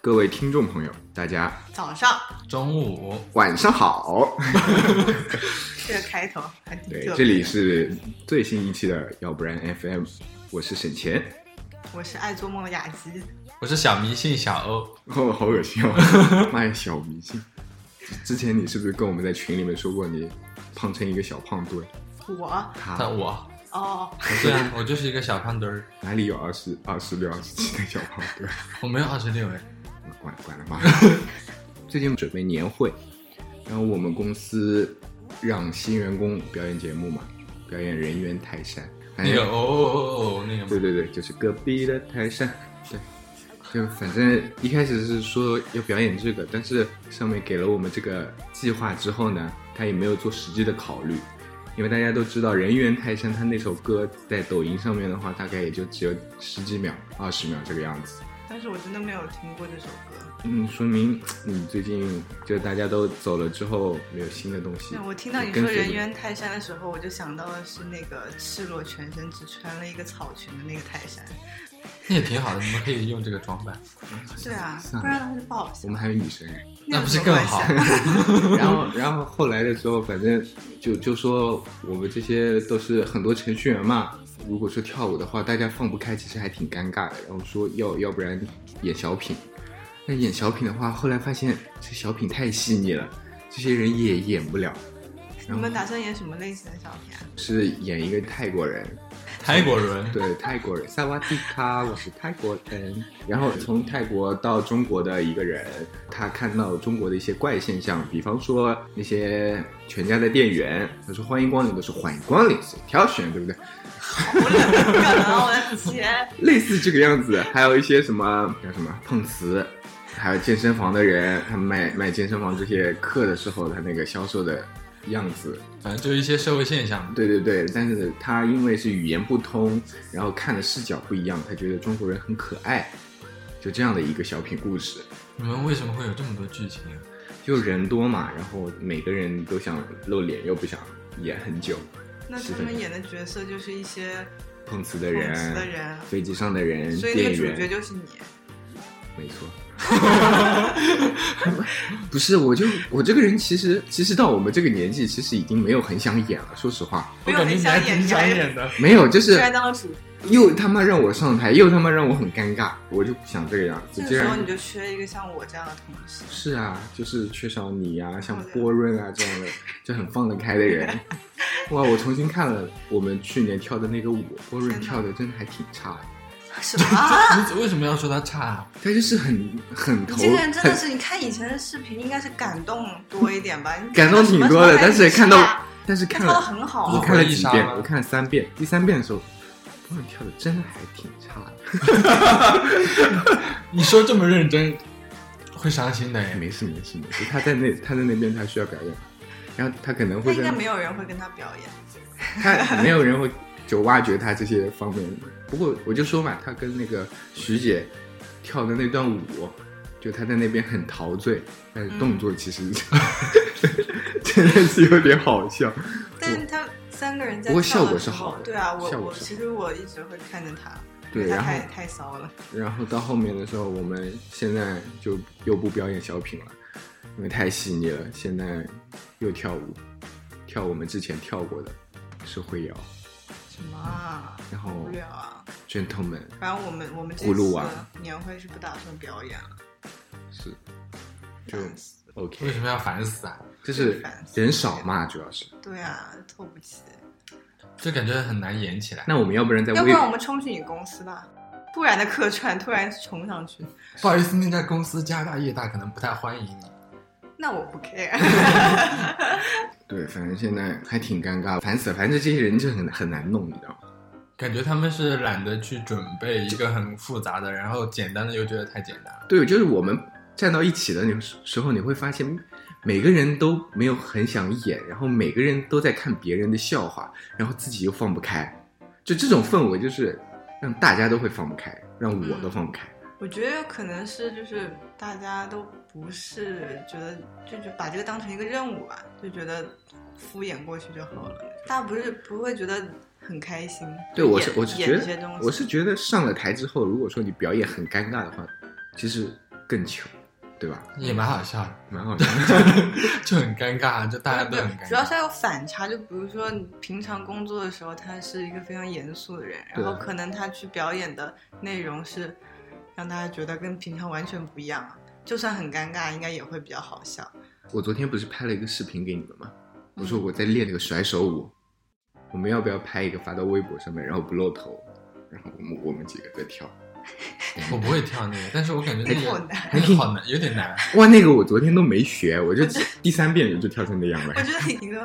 各位听众朋友，大家早上中午晚上好。这个开头还挺对特别，的这里是最新一期的《要不然 FM》，我是沈钱。我是爱做梦的雅集，我是小迷信小欧，哦，好恶心哦！妈呀，小迷信。之前你是不是跟我们在群里面说过你胖成一个小胖墩？我但他我哦，对啊，我啊就是一个小胖墩儿，哪里有二十二十六、二十七的小胖墩？我没有二十六哎，管管了吧。最近准备年会，然后我们公司让新员工表演节目嘛，表演人猿泰山。反那个正哦哦哦哦那个对吗？对对，就是隔壁的泰山。对，就反正一开始是说要表演这个，但是上面给了我们这个计划之后呢，他也没有做实际的考虑。因为大家都知道，人猿泰山他那首歌在抖音上面的话，大概也就只有十几秒、二十秒这个样子。但是我真的没有听过这首歌。嗯，说明你最近就大家都走了之后，没有新的东西。那我听到你跟说随人你猿泰山的时候，我就想到的是那个赤裸全身只穿了一个草裙的那个泰山。那也挺好的，你们可以用这个装扮。是啊，算不了然的话就不好我笑。们还有女生哎。那有不什是么更关系好啊？然后，然后后来的时候，反正就就说我们这些都是很多程序员嘛。如果说跳舞的话，大家放不开，其实还挺尴尬的。然后说要要不然演小品，那演小品的话，后来发现这小品太细腻了，这些人也演不了。你们打算演什么类型的小品啊？是演一个泰国人， 泰国人，对泰国人，萨瓦迪卡，我是泰国人。然后从泰国到中国的一个人，他看到中国的一些怪现象，比方说那些全家的店员，他说欢迎光临，都是欢迎光临，随挑选，对不对？不可能，我的天！类似这个样子，还有一些什么叫什么碰瓷，还有健身房的人，他卖卖健身房这些课的时候，他那个销售的样子，反呃正就一些社会现象。对对对，但是他因为是语言不通，然后看的视角不一样，他觉得中国人很可爱，就这样的一个小品故事。你们为什么会有这么多剧情啊？就人多嘛，然后每个人都想露脸，又不想演很久，那是他的们演的角色就是一些碰瓷的讽人，刺的人，啊飞机上的人，所以那店个主角员，就是你。没错。 不是，我就我这个人其实其实到我们这个年纪，其实已经没有很想演了。说实话，不我用感觉很你想还演挺你还想演的。没有，就是居然当了主角，又他妈让我上台，又他妈让我很尴尬，我就不想这个样子。这个既时然候你就缺一个像我这样的同事。是啊，就是缺少你啊，像好的波润啊这样的就很放得开的 人。哇，我重新看了我们去年跳的那个舞，波润真的跳的真的还挺差的，什么？你为什么要说他差啊？他就是很很你投这个人真的很 是，你看以前的视频应该是感动多一点吧？你感动挺多的，但是啊看到但是他看跳的了很我好，看了几哦回忆遍杀，吗我看了三遍，第三遍的时候，波润跳的真的还挺差的。你说这么认真，会伤心的哎。没事没事没事，他在那他在那边他需要表演，然后他可能那会应在该没有人会跟他表演。他没有人会就挖掘他这些方面。不过我就说嘛，他跟那个徐姐跳的那段舞，就他在那边很陶醉，但是动作其实、真的是有点好笑。但是他三个人在不过跳效果的是时好候的，对啊，我效果我是其实我一直会看着他，对，因为然他后太太骚了。然后到后面的时候，我们现在就又不表演小品了，因为太细腻了。现在又跳舞，跳我们之前跳过的是会摇，什么啊？然后无聊啊！ gentleman 反正我们我们这葫芦次娃年会是不打算表演了，是就烦死 OK。 为什么要烦死啊？就是人少嘛，主要是。对啊，凑不齐。就感觉很难演起来。哎那我们要不然在要不微然我们冲去你公司吧，突然的客串，突然冲上去，不好意思，那家公司家大业大，可能不太欢迎你。那我不 care。对，反正现在还挺尴尬，烦死了。反正这些人就很很难弄，你知道吗？感觉他们是懒得去准备一个很复杂的，然后简单的又觉得太简单了。对，就是我们站到一起的那时候，你会发现每个人都没有很想演，然后每个人都在看别人的笑话，然后自己又放不开，就这种氛围就是让大家都会放不开，让我都放不开。我觉得有可能是就是大家都不是觉得就就把这个当成一个任务吧，就觉得敷衍过去就好了。大家不是不会觉得很开心？对，我是演我是演觉这些东得西，我是觉得上了台之后，如果说你表演很尴尬的话，其实更糗，对吧？也蛮好笑的，蛮好笑的。就很尴尬，就大家都对很尴尬。主要是要有反差，就比如说你平常工作的时候，他是一个非常严肃的人，然对后可能他去表演的内容是让大家觉得跟平常完全不一样啊，就算很尴尬，应该也会比较好笑。我昨天不是拍了一个视频给你们吗？我说我在练那个甩手舞，我们要不要拍一个发到微博上面，然后不露头，然后我们我们几个在跳。我不会跳那个，但是 我感觉那好个难，那个好难，有点难。哇，那个我昨天都没学，我就第三遍我就跳成那样我了。觉得你跟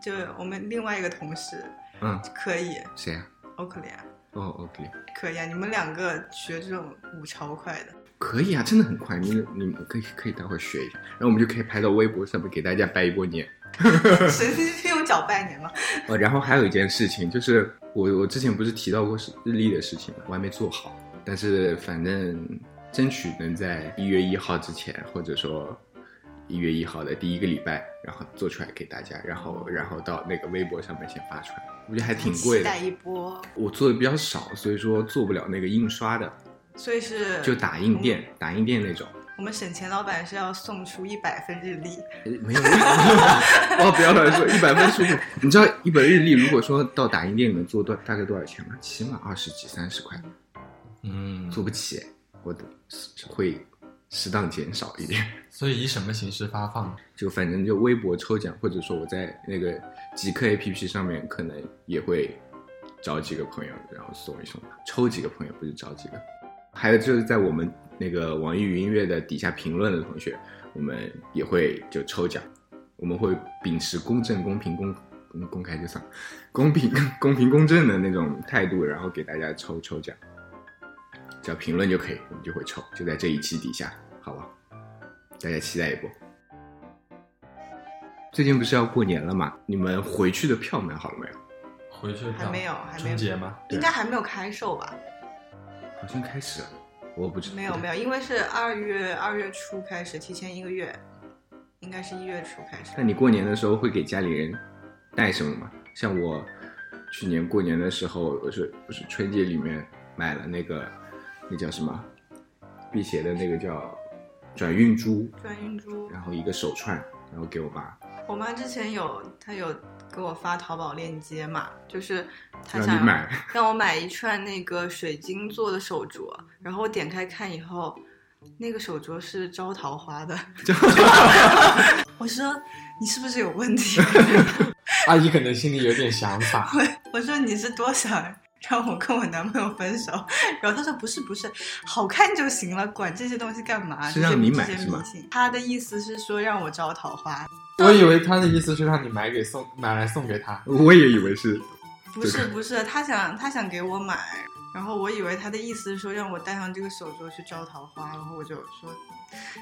就我们另外一个同事嗯，可以，谁啊？欧克里啊，哦，OK，可以啊，你们两个学这种舞超快的， 可以啊，真的很快。你你们可以可以待会儿学一下，然后我们就可以拍到微博上面给大家拜一波年。神经是用脚拜年吗？哦，然后还有一件事情，就是我我之前不是提到过是日历的事情吗？我还没做好，但是反正争取能在一月一号之前，或者说一月一号的第一个礼拜，然后做出来给大家，然后然后到那个微博上面先发出来，我觉得还挺贵期的待。一波，我做的比较少，所以说做不了那个印刷的，所以是就打印店、嗯打印店那种。我们省钱老板是要送出一百份日历，呃没有， 哦，不要乱说，一百分舒服。你知道一本日历，如果说到打印店里面做多大概多少钱吗？起码二十几、三十块，嗯，做不起。我的会适当减少一点，所以以什么形式发放？就反正就微博抽奖，或者说我在那个极客 APP 上面，可能也会找几个朋友，然后送一送，抽几个朋友，不是找几个。还有就是在我们那个网易云音乐的底下评论的同学，我们也会就抽奖，我们会秉持公正、公平、公公公开就算了，公平、公平、公正的那种态度，然后给大家抽抽奖，只要评论就可以，我们就会抽，就在这一期底下，好不好？大家期待一波。最近不是要过年了嘛？你们回去的票买好了没有？回去还票没有还没有春节吗？对应该还没有开售吧？好像开始了，我不知道。没有没有。有，因为是二月二月初开始，提前一个月，应该是一月初开始。那你过年的时候会给家里人带什么吗？像我去年过年的时候，我是不是春节里面买了那个那叫什么辟邪的那个叫转运珠，转运珠，然后一个手串，然后给我 妈，我妈之前有她有给我发淘宝链接嘛，就是她让想你买。让我买一串那个水晶做的手镯，然后我点开看以后，那个手镯是招桃花的。 我说你是不是有问题？ 阿姨可能心里有点想法，我说你是多想让我跟我男朋友分手？ 然后他说不是不是，好看就行了，管这些东西干嘛？是这些让你买这些是吗迷信他的意思是说让我招桃花，我以为他的意思是让你买给送，买来送给他。我也以为是不是不是，他想他想给我买，然后我以为他的意思是说让我戴上这个手镯去招桃花，然后我就说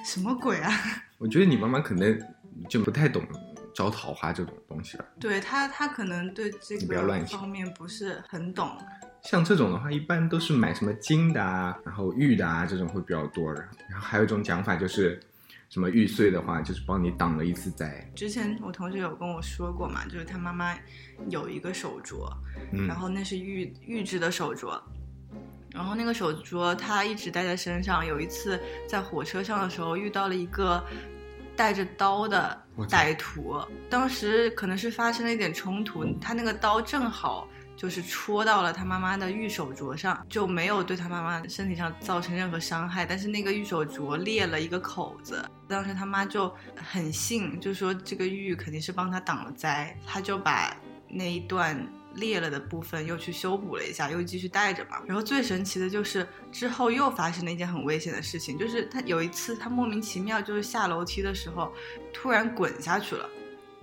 什么鬼啊？ 我觉得你妈妈可能就不太懂招桃花这种东西了。对他他可能对这你不要乱个想方面不是很懂，像这种的话，一般都是买什么金的啊，然后玉的啊，这种会比较多。然后然后还有一种讲法就是，什么玉碎的话，就是帮你挡了一次灾。之前我同学有跟我说过嘛，就是他妈妈有一个手镯，嗯然，后那是玉玉制的手镯，然后那个手镯他一直戴在身上。有一次在火车上的时候遇到了一个带着刀的我操歹徒，当时可能是发生了一点冲突，他那个刀正好。就是戳到了他妈妈的玉手镯上，就没有对他妈妈身体上造成任何伤害，但是那个玉手镯裂了一个口子。当时他妈就很信，就说这个玉肯定是帮他挡了灾，他就把那一段裂了的部分又去修补了一下，又继续戴着嘛。然后最神奇的就是之后又发生了一件很危险的事情，就是他有一次他莫名其妙就是下楼梯的时候突然滚下去了。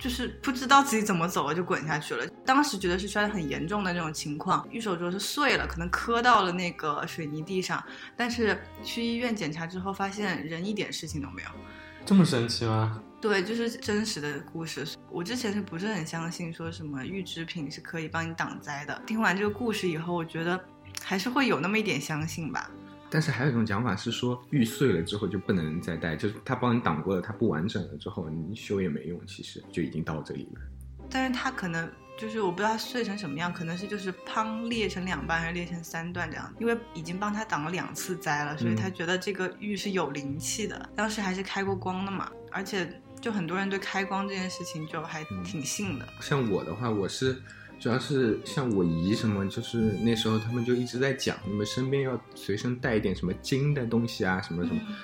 就是不知道自己怎么走了就滚下去了，当时觉得是摔得很严重的那种情况，玉手镯是碎了，可能磕到了那个水泥地上，但是去医院检查之后发现人一点事情都没有。这么神奇吗？对，就是真实的故事。我之前是不是很相信说什么预制品是可以帮你挡灾的？听完这个故事以后，我觉得还是会有那么一点相信吧。但是还有一种讲法是说，玉碎了之后就不能再戴，就是它帮你挡过了，它不完整了之后，你修也没用，其实就已经到这里了。但是它可能就是我不知道它碎成什么样，可能是就是砰裂成两半还是裂成三段这样，因为已经帮他挡了两次灾了，所以他觉得这个玉是有灵气的。当时还是开过光的嘛，而且就很多人对开光这件事情就还挺信的。像我的话，我是主要是像我姨什么，就是那时候他们就一直在讲，你们身边要随身带一点什么金的东西啊，什么什么。嗯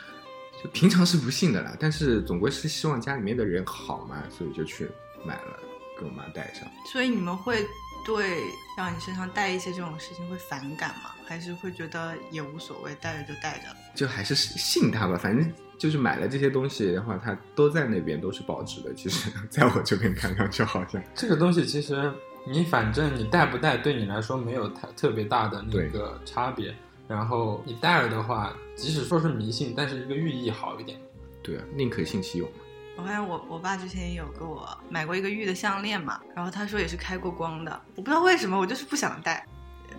就平常是不信的啦，但是总归是希望家里面的人好嘛，所以就去买了，给我妈带上。所以你们会对让你身上带一些这种事情会反感吗？还是会觉得也无所谓，带着就带着？就还是信他吧，反正就是买了这些东西的话，它都在那边都是保值的。其实在我这边看看，就好像这个东西其实你反正你带不带，对你来说没有太特别大的那对个差别。然后你带了的话，即使说是迷信，但是这个寓意好一点。对啊，宁可信其有嘛。我发现我我爸之前也有给我买过一个玉的项链嘛，然后他说也是开过光的，我不知道为什么，我就是不想戴，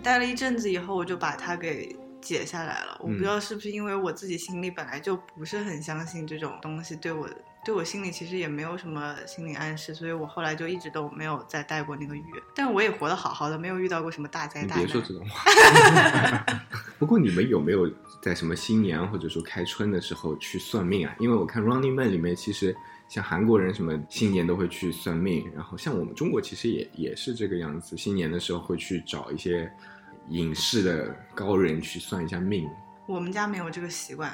戴了一阵子以后我就把它给解下来了。我嗯不知道是不是因为我自己心里本来就不是很相信这种东西，对我对我心里其实也没有什么心理暗示，所以我后来就一直都没有再戴过那个玉。但我也活得好好的，没有遇到过什么大灾你大别难。啊说这种话。 不过你们有没有在什么新年或者说开春的时候去算命啊？因为我看《Running Man》里面，其实像韩国人什么新年都会去算命，然后像我们中国其实也也是这个样子，新年的时候会去找一些隐士的高人去算一下命。我们家没有这个习惯，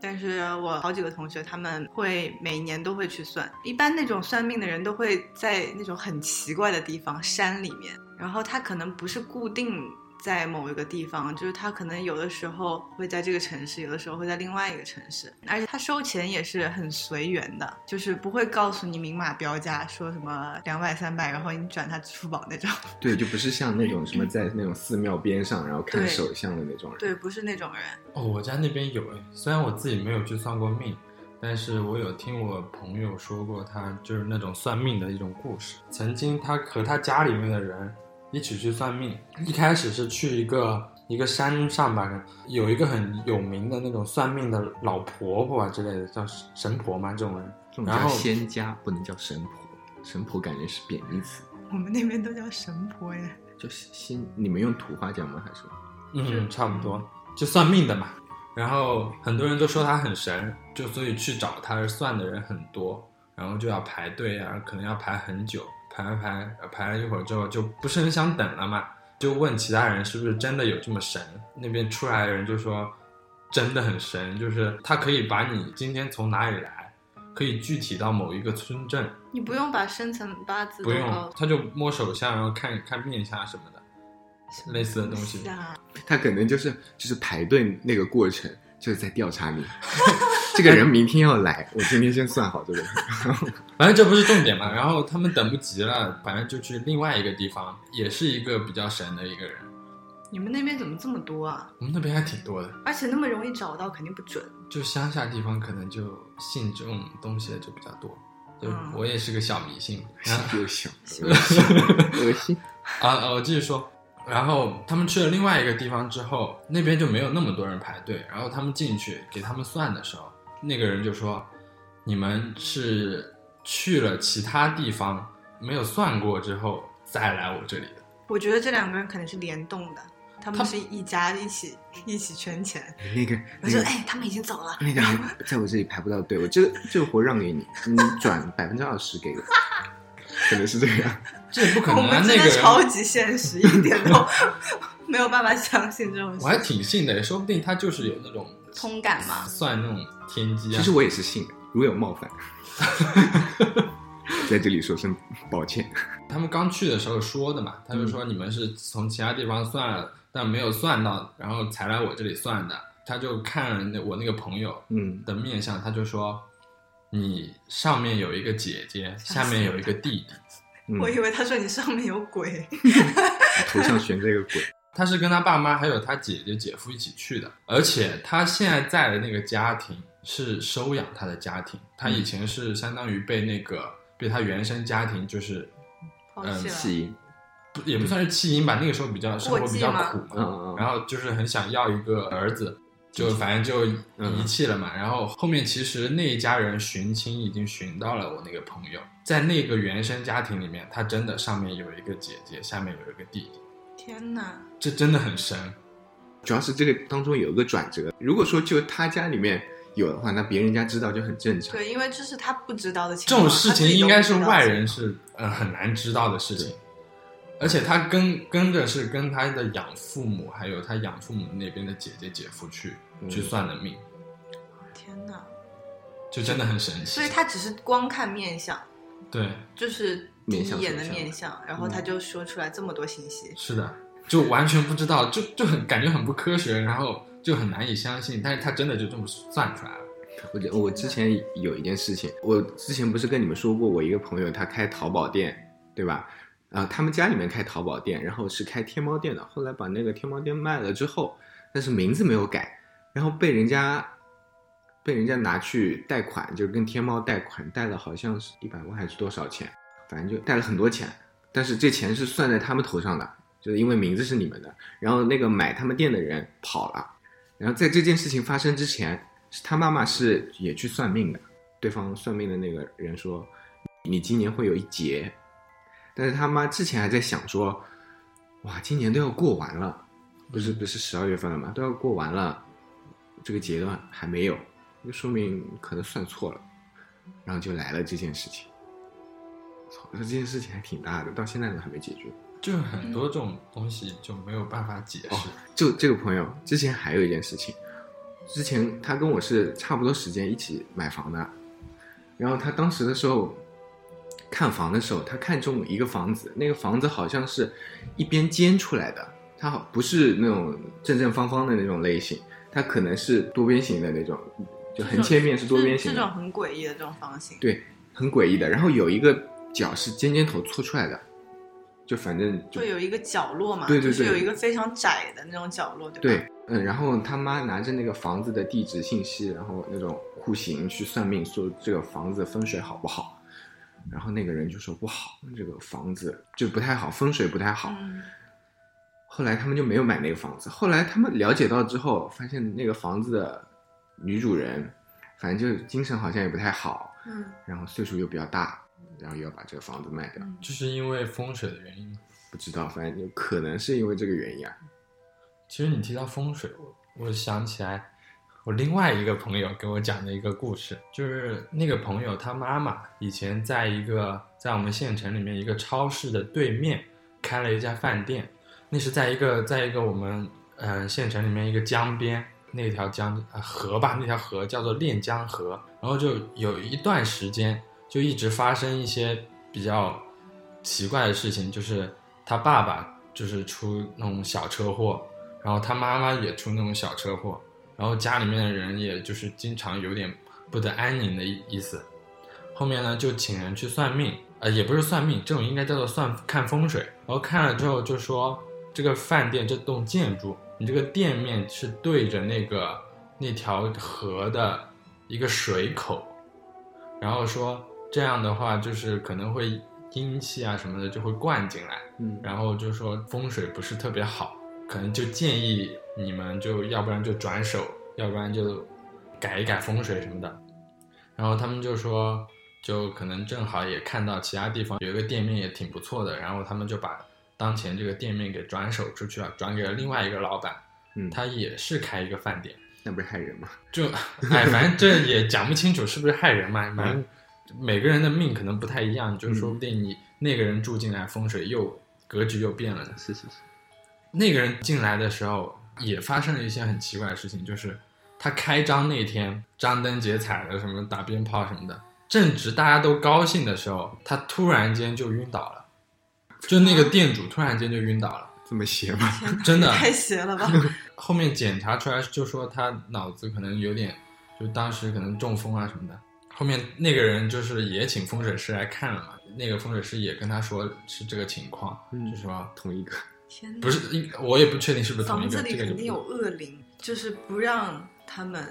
但是我好几个同学他们会每年都会去算。一般那种算命的人都会在那种很奇怪的地方，山里面，然后他可能不是固定。在某一个地方，就是他可能有的时候会在这个城市，有的时候会在另外一个城市，而且他收钱也是很随缘的，就是不会告诉你明码标价，说什么两百三百，然后你转他支付宝那种。 对，就不是像那种什么在那种寺庙边上，然后看对手相的那种人。对，不是那种人。哦，我家那边有哎，虽然我自己没有去算过命，但是我有听我朋友说过，他就是那种算命的一种故事。曾经他和他家里面的人一起去算命，一开始是去一个一个山上吧，有一个很有名的那种算命的老婆婆啊之类的，叫神婆嘛这种人。这种然叫后仙家，不能叫神婆，神婆感觉是贬义词。我们那边都叫神婆耶。叫仙，你们用土话讲吗？还是嗯，差不多，就算命的嘛。然后很多人都说他很神，就所以去找他算的人很多，然后就要排队啊，可能要排很久，排排排排了一会儿之后就不是很想等了嘛，就问其他人是不是真的有这么神。那边出来的人就说真的很神，就是他可以把你今天从哪里来，可以具体到某一个村镇，你不用把生辰八字都不告用诉他就摸手相，然后看看面相什么的，类似的东西。啊，他可能就是就是排队那个过程，就是在调查你， 这个人明天要来，我今天先算好这个。反正这不是重点嘛。然后他们等不及了，反正就去另外一个地方，也是一个比较神的一个人。你们那边怎么这么多啊？我们那边还挺多的，而且那么容易找到，肯定不准。就乡下地方可能就信这种东西的就比较多。就嗯我也是个小迷信，然后又想，恶心，恶心。啊啊，我继续说。然后他们去了另外一个地方之后，那边就没有那么多人排队。然后他们进去给他们算的时候，那个人就说：“你们是去了其他地方没有算过之后再来我这里的。”我觉得这两个人可能是联动的，他们他嗯是一家一起一起圈钱。那个我那说，个哎，他们已经走了。那个人在我这里排不到队，我这个这个活让给你，你转百分之二十给我，可能是这样。这也不 可我能啊！们那真个的超人级现实，一点都 没有办法相信这种我还事。挺信的，说不定他就是有那种通感嘛，算那种天机啊。其实我也是信的，如有 冒犯，在这里说声抱歉。他们刚去的时候说的嘛，嗯他就说你们是从其他地方算了，但没有算到，然后才来我这里算的。他就看了那我那个朋友嗯，的面相，他就说你上面有一个姐姐，吓下死面有一个弟弟。嗯我以为他说你上面有 鬼，头上悬着一个鬼，他是跟他爸妈还有他姐姐姐夫一起去的，而且他现在在的那个家庭是收养他的家庭，他嗯以前是相当于被那个被他原生家庭就是抛嗯弃了。弃婴。不也不算是弃婴吧，那个时候比较生活过继比较吗苦嗯嗯嗯然后就是很想要一个儿子，就反正就嗯遗弃了嘛。然后后面其实那一家人寻亲已经寻到了我那个朋友，在那个原生家庭里面，他真的上面有一个姐姐，下面有一个弟弟，天哪，这真的很深。主要是这个当中有一个转折。如果说就他家里面有的话，那别人家知道就很正常。对，因为这是他不知道的情这况，种事情应该是外人是是呃很难知道的事情，而且他跟跟着是跟他的养父母还有他养父母那边的姐姐姐夫去、嗯去算的命，天哪，就真的很神奇。所以他只是光看面相，对就是第一眼的面面相，然后他嗯就说出来这么多信息。是的，就完全不知道，就就很感觉很不科学，然后就很难以相信，但是他真的就这么算出来了。我觉我之前有一件事情，我之前不是跟你们说过，我一个朋友他开淘宝店，对吧？啊、他们家里面开淘宝店，然后是开天猫店的，后来把那个天猫店卖了之后，但是名字没有改，然后被人家被人家拿去贷款，就跟天猫贷款，贷了好像是一百万还是多少钱，反正就贷了很多钱，但是这钱是算在他们头上的，就是因为名字是你们的，然后那个买他们店的人跑了。然后在这件事情发生之前，是他妈妈是也去算命的，对方算命的那个人说，你今年会有一劫，但是他妈之前还在想说，哇，今年都要过完了，不是不是十二月份了嘛，都要过完了，这个阶段还没有，就说明可能算错了，然后就来了这件事情。操，那这件事情还挺大的，到现在都还没解决。就很多这种东西就没有办法解释，哦就这个朋友之前还有一件事情，之前他跟我是差不多时间一起买房的，然后他当时的时候看房的时候，他看中一个房子，那个房子好像是一边尖出来的，它好不是那种正正方方的那种类型，它可能是多边形的那种，就横切面是多边形这的种，很诡异的这种房型。对，很诡异的。然后有一个角是尖尖头错出来的，就反正就会有一个角落嘛，对对就是对有一个非常窄的那种角落，对吧？对，嗯，然后他妈拿着那个房子的地址信息，然后那种户型去算命，说这个房子风水好不好。然后那个人就说不好，这个房子就不太好，风水不太好。嗯，后来他们就没有买那个房子。后来他们了解到之后，发现那个房子的女主人，反正就精神好像也不太好，嗯然后岁数又比较大，然后又要把这个房子卖掉。嗯，就是因为风水的原因。不知道，反正就可能是因为这个原因啊。其实你提到风水，我我想起来我另外一个朋友给我讲的一个故事，就是那个朋友他妈妈以前在一个在我们县城里面一个超市的对面开了一家饭店，那是在一个在一个我们嗯、呃县城里面一个江边。那条江啊河吧，那条河叫做练江河，然后就有一段时间就一直发生一些比较奇怪的事情，就是他爸爸就是出那种小车祸，然后他妈妈也出那种小车祸，然后家里面的人也就是经常有点不得安宁的意意思。后面呢，就请人去算命，呃，也不是算命，这种应该叫做算看风水。然后看了之后就说，这个饭店这栋建筑，你这个店面是对着那个那条河的一个水口，然后说这样的话就是可能会阴气啊什么的就会灌进来。嗯然后就说风水不是特别好，可能就建议你们就要不然就转手，要不然就改一改风水什么的。然后他们就说，就可能正好也看到其他地方有一个店面也挺不错的，然后他们就把当前这个店面给转手出去了，转给了另外一个老板，嗯，他也是开一个饭店。那不是害人吗？就 哎，反正这也讲不清楚是不是害人嘛，反正每个人的命可能不太一样，就是说不定你那个人住进来，风水又格局又变了呢。是是是，那个人进来的时候也发生了一些很奇怪的事情，就是他开张那天张灯结彩的，什么打鞭炮什么的，正值大家都高兴的时候，他突然间就晕倒了，就那个店主突然间就晕倒了，这么邪吗？天哪，啊真的太邪了吧？后面检查出来就说他脑子可能有点，就当时可能中风啊什么的。后面那个人就是也请风水师来看了嘛，那个风水师也跟他说是这个情况，嗯就说同一个。天哪，不是，应我也不确定是不是同房一子个，里这个就肯不定有恶灵，就是不让他们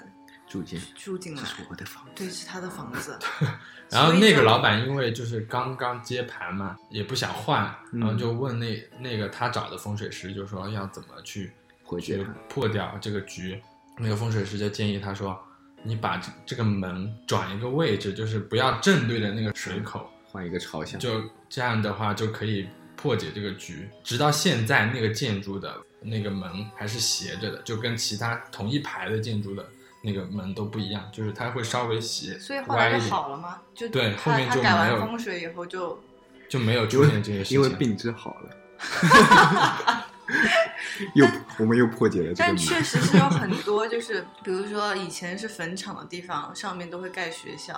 住嗯进，住进来。我的房对，是他的房子。 然后所以那个就老板因为就是刚刚接盘嘛，也不想换，嗯然后就问那那个他找的风水师，就说要怎么去破解去它破掉这个局。那个风水师就建议他说，你把这这个门转一个位置，就是不要正对着那个水口，换一个朝向，就这样的话就可以破解这个局。直到现在，那个建筑的那个门还是斜着的，就跟其他同一排的建筑的那个门都不一样，就是它会稍微斜所以后歪来一就点，好了吗？就对他后面他就改没完有风水以后就就没有因出为现这些事情。因为病治好 了，又我们又破解了这个但谜。确实是有很多，就是比如说以前是坟场的地方，上面都会盖学校，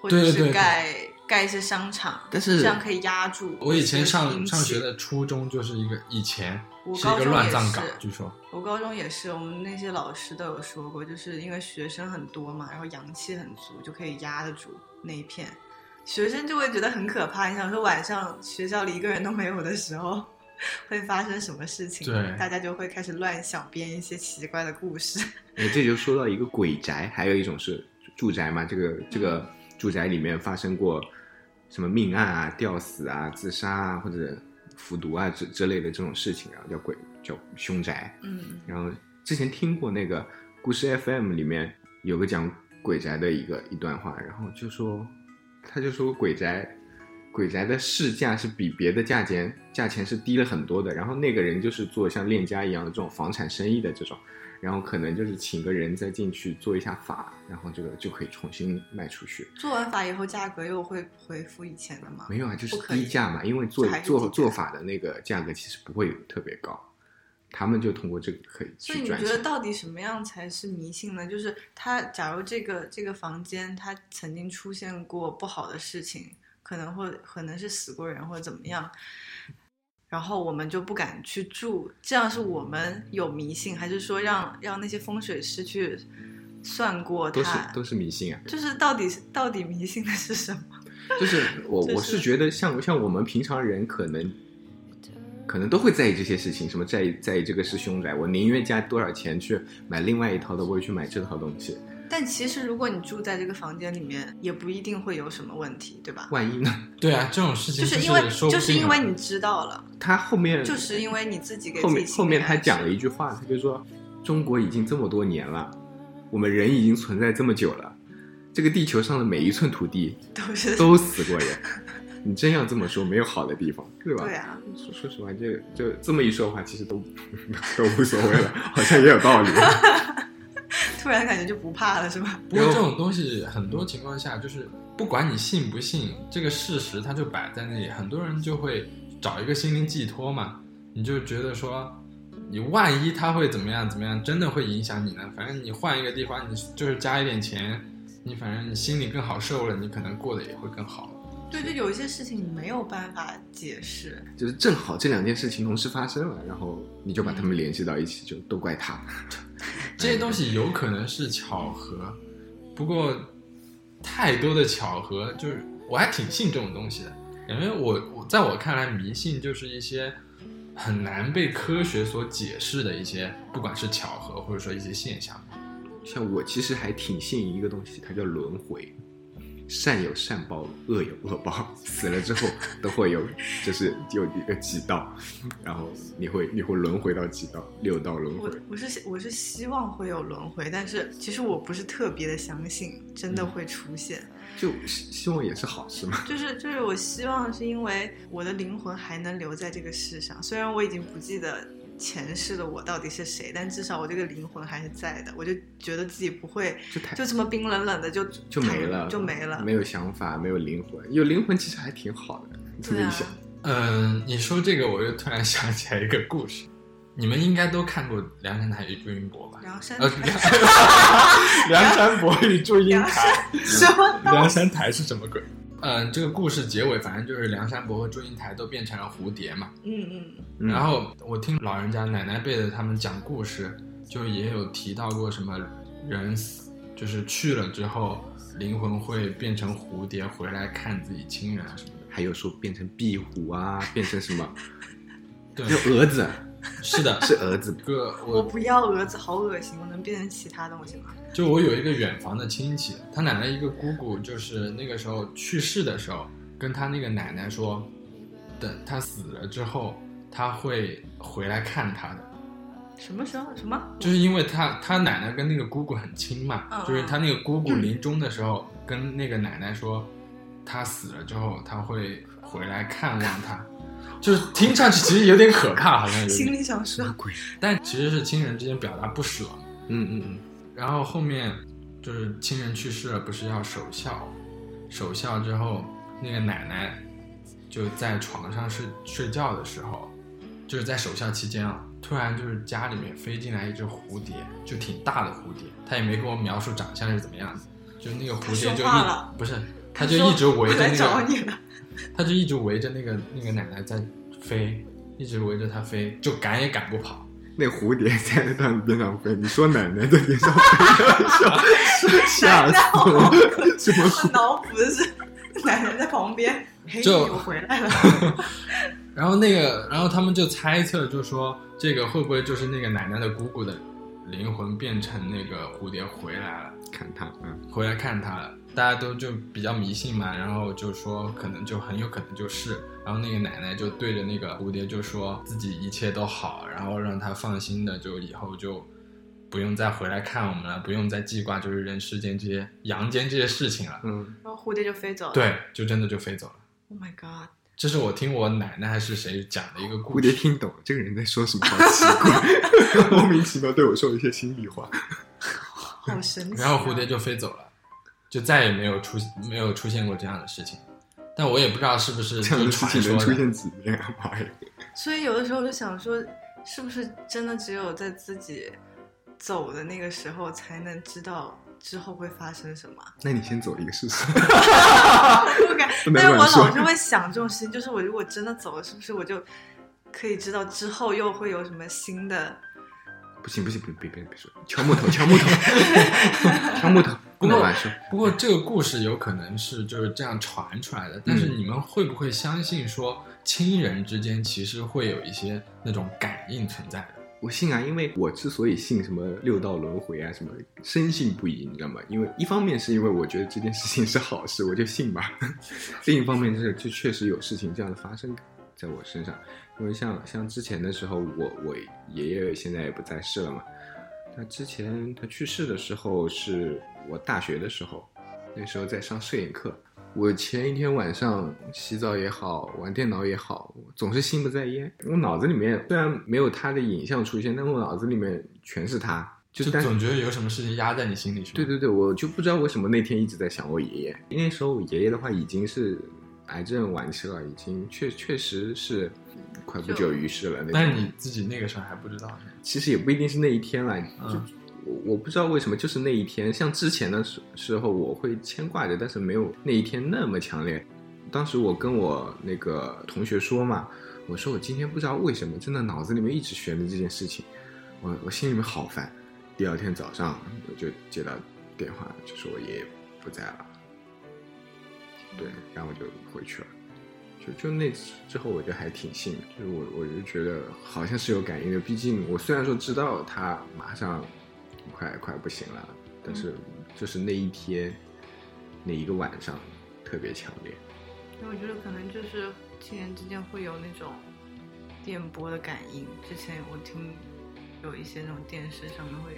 或者对对是对盖盖一些商场，但是这样可以压住。我以前上上学，的初中就是一个以前我是一高个中乱也葬是岗，据说我高中也是，我们那些老师都有说过，就是因为学生很多嘛，然后阳气很足，就可以压得住那一片。学生就会觉得很可怕，你想说晚上学校里一个人都没有的时候， 会发生什么事情？对大家就会开始乱想，编一些奇怪的故事。哎，这就说到一个鬼宅，还有一种是住宅嘛，这个这个住宅里面发生过什么命案啊、吊死啊、自杀啊或者服毒啊之之类的这种事情啊，叫鬼叫凶宅。嗯，然后之前听过那个故事 FM 里面有个讲鬼宅的一个一段话，然后就说，他就说鬼宅，鬼宅的市价是比别的价钱价钱是低了很多的。然后那个人就是做像链家一样的这种房产生意的这种，然后可能就是请个人再进去做一下法，然后这个就可以重新卖出去。做完法以后价格又会回复以前的吗？没有啊，就是不可以低价嘛，因为做还是低做价做法的那个价格其实不会特别高，他们就通过这个可以所以去你赚觉钱得。到底什么样才是迷信呢？就是他，假如这个这个房间他曾经出现过不好的事情，可能会可能是死过人或者怎么样，然后我们就不敢去住，这样是我们有迷信，还是说让让那些风水师去算过都是他？都是迷信啊，就是到底到底迷信的是什么？ 就是我就是我是觉得像像我们平常人可能可能都会在意这些事情，什么在意在意这个是凶宅，我宁愿加多少钱去买另外一套的，不会去买这套东西。但其实如果你住在这个房间里面，也不一定会有什么问题，对吧？万一呢？对啊，这种事情就是因为是说不就是定因啊为你知道了，他后面就是因为你自己给后自面己后面他讲了了一句话，他就说中国已经这么多年了，我们人已经存在这么久了，这个地球上的每一寸土地都 是都死过人。 你真要这么说，没有好的地方，对吧？对啊，说说实话，这就这么一说的话，其实都 都无所谓了，好像也有道理。突然感觉就不怕了是吧？不过这种东西很多情况下就是不管你信不信，这个事实它就摆在那里，很多人就会找一个心灵寄托嘛。你就觉得说，你万一他会怎么样怎么样，真的会影响你呢？反正你换一个地方，你就是加一点钱，你反正你心里更好受了，你可能过得也会更好。对，就有一些事情你没有办法解释，就是正好这两件事情同时发生了，然后你就把他们联系到一起，就都怪他。这些东西有可能是巧合，不过太多的巧合，就是我还挺信这种东西的，因为我我在我看来，迷信就是一些很难被科学所解释的一些，不管是巧合或者说一些现象。像我其实还挺信一个东西，它叫轮回，善有善报，恶有恶报，死了之后都会有，就是有一个几道，然后你会你会轮回到几道，六道轮回我。我是我是希望会有轮回，但是其实我不是特别的相信真嗯的会出现，就希希望也是好事嘛。就是就是我希望是因为我的灵魂还能留在这个世上，虽然我已经不记得。前世的我到底是谁？但至少我这个灵魂还是在的，我就觉得自己不会就太就这么冰冷冷的就就没了，就没了。没有想法，没有灵魂。有灵魂其实还挺好的，这么对一啊，想，嗯，你说这个，我又突然想起来一个故事，你们应该都看过《梁山台与祝英 博》吧？梁山呃， 梁山伯与祝英梁台。山什么？梁山台是什么鬼？嗯，这个故事结尾反正就是梁山伯和祝英台都变成了蝴蝶嘛。嗯嗯，嗯然后我听老人家奶奶辈的他们讲故事，就也有提到过什么人死就是去了之后，灵魂会变成蝴蝶回来看自己亲人啊什么的。嗯还有说变成壁虎啊，变成什么？ 对，就蛾子，是的，是蛾子。一个我我不要蛾子，好恶心！我能变成其他东西吗？就我有一个远房的亲戚，他奶奶一个姑姑，就是那个时候去世的时候，跟他那个奶奶说，等他死了之后，他会回来看他的。什么时候？什么？就是因为他他奶奶跟那个姑姑很亲嘛，嗯就是他那个姑姑临终的时候、跟那个奶奶说，他死了之后他会回来看望他， 就是听上去其实有点可怕，好像有心点，里想说，鬼？但其实是亲人之间表达不舍。嗯嗯嗯，然后后面就是亲人去世了，不是要守孝，守孝之后，那个奶奶就在床上睡睡觉的时候，就是在守孝期间啊，突然就是家里面飞进来一只蝴蝶，就挺大的蝴蝶，他也没跟我描述长相是怎么样子，就那个蝴蝶它就说话了一不是，它就一直围着他那说我来找个你 了。他就一直围着那个那个奶奶在飞，一直围着她飞，就赶也赶不跑。那蝴蝶在他们边上飞，你说奶奶在边上 飞，吓吓死我！什么我脑补的是奶奶在旁边，嘿，就我回 来了。然后那个，然后他们就猜测，就说这个会不会就是那个奶奶的姑姑的灵魂变成那个蝴蝶回来了，看他啊？回来看她了。大家都就比较迷信嘛，然后就说可能就很有可能就是，然后那个奶奶就对着那个蝴蝶就说自己一切都好，然后让她放心的就以后就不用再回来看我们了，不用再记挂就是人世间这些阳间这些事情了。嗯，然后蝴蝶就飞走了。对，就真的就飞走了。 ，Oh my god！这是我听我奶奶还是谁讲的一个故蝴事蝶。听懂这个人在说什么，好奇怪， 莫名其妙对我说一些心里话。好神奇啊、然后蝴蝶就飞走了，就再也没有出没有出现过这样的事情。但我也不知道是不是这样就的事传情能说出的，现几遍啊？ 妈呀！所以有的时候我就想说，是不是真的只有在自己走的那个时候，才能知道之后会发生什 么？那你先走一个试试。不敢，不能但是我乱说老是会想这种事情，就是我如果真的走了，是不是我就可以知道之后又会有什么新的？不行不行，别别别别说，敲木头敲木头敲木头，不能乱说。不过这个故事有可能是就是这样传出来的。但嗯是你们会不会相信说亲人之间其实会有一些那种感应存在的？我信啊，因为我之所以信什么六道轮回啊，什么深信不疑，你知道吗？因为一方面是因为我觉得这件事情是好事，我就信吧；另一方面就是就确实有事情这样的发生在我身上。因为像像之前的时候，我我爷爷现在也不在世了嘛，他之前他去世的时候是我大学的时候，那时候在上摄影课。我前一天晚上洗澡也好，玩电脑也好，我总是心不在焉。我脑子里面虽然没有他的影像出现，但我脑子里面全是他，就就但总觉得有什么事情压在你心里是吗？对对对，我就不知道为什么那天一直在想我爷爷。那时候我爷爷的话已经是癌症晚期了，已经确确实是快不久于世了。那但是种你自己那个时候还不知道呢。其实也不一定是那一天啦，就嗯我我不知道为什么就是那一天，像之前的时时候我会牵挂着，但是没有那一天那么强烈。当时我跟我那个同学说嘛，我说我今天不知道为什么，真的脑子里面一直悬着这件事情，我我心里面好烦。第二天早上我就接到电话，就说我爷爷不在了，对，然后我就回去了。就就那之后，我就还挺信的，就是我我就觉得好像是有感应的。毕竟我虽然说知道他马上快快不行了，但是就是那一天那一个晚上特别强烈。因为我觉得可能就是亲人之间会有那种电波的感应。之前我听有一些那种电视上面会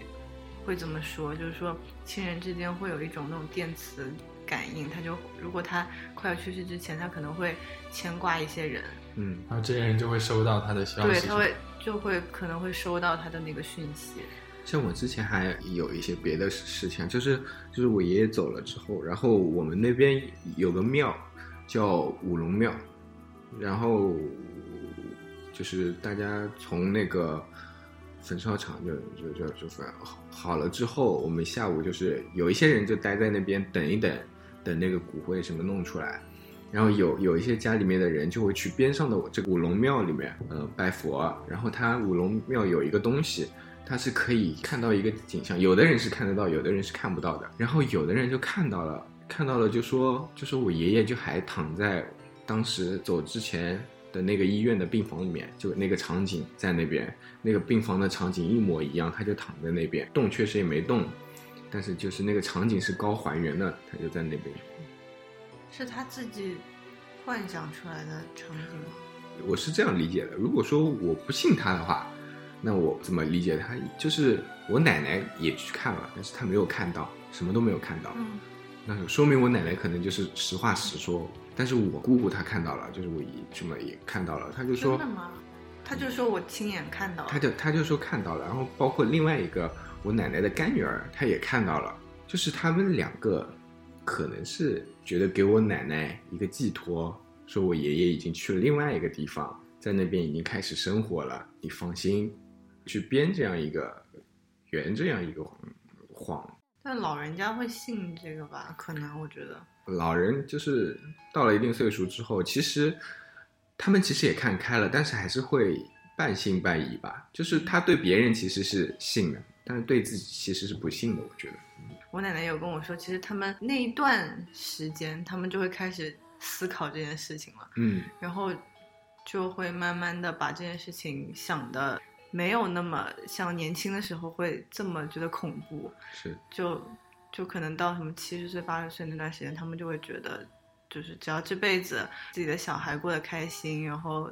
会这么说，就是说亲人之间会有一种那种电磁感应，他就如果他快要去世之前，他可能会牵挂一些人，嗯，然后这些人就会收到他的消息，对，是他吧会就会可能会收到他的那个讯息。像我之前还有一些别的事情，就是就是我爷爷走了之后，然后我们那边有个庙叫五龙庙，然后就是大家从那个焚烧厂就就就就焚好了之后，我们下午就是有一些人就待在那边等一等，等那个骨灰什么弄出来。然后有有一些家里面的人就会去边上的我这个五龙庙里面，呃，拜佛。然后它五龙庙有一个东西，它是可以看到一个景象，有的人是看得到，有的人是看不到的。然后有的人就看到了，看到了就说，就说我爷爷就还躺在当时走之前的那个医院的病房里面，就那个场景在那边，那个病房的场景一模一样，他就躺在那边，动确实也没动，但是就是那个场景是高还原的，他就在那边。是他自己幻想出来的场景吗？我是这样理解的，如果说我不信他的话，那我怎么理解他？就是我奶奶也去看了，但是她没有看到，什么都没有看到。嗯那就说明我奶奶可能就是实话实说，但是我姑姑她看到了，就是我姨舅们也看到了，她就说真的吗？他就说我亲眼看到了他就他就说看到了，然后包括另外一个我奶奶的干女儿，她也看到了，就是他们两个可能是觉得给我奶奶一个寄托，说我爷爷已经去了另外一个地方，在那边已经开始生活了，你放心，去编这样一个圆这样一个谎。但老人家会信这个吧？可能我觉得，老人就是到了一定岁数之后，其实他们其实也看开了，但是还是会半信半疑吧。就是他对别人其实是信的，但是对自己其实是不信的。我觉得，我奶奶有跟我说，其实他们那一段时间，他们就会开始思考这件事情了，嗯，然后就会慢慢的把这件事情想的没有那么像年轻的时候会这么觉得恐怖，是就就可能到什么七十岁、八十岁那段时间，他们就会觉得，就是只要这辈子自己的小孩过得开心，然后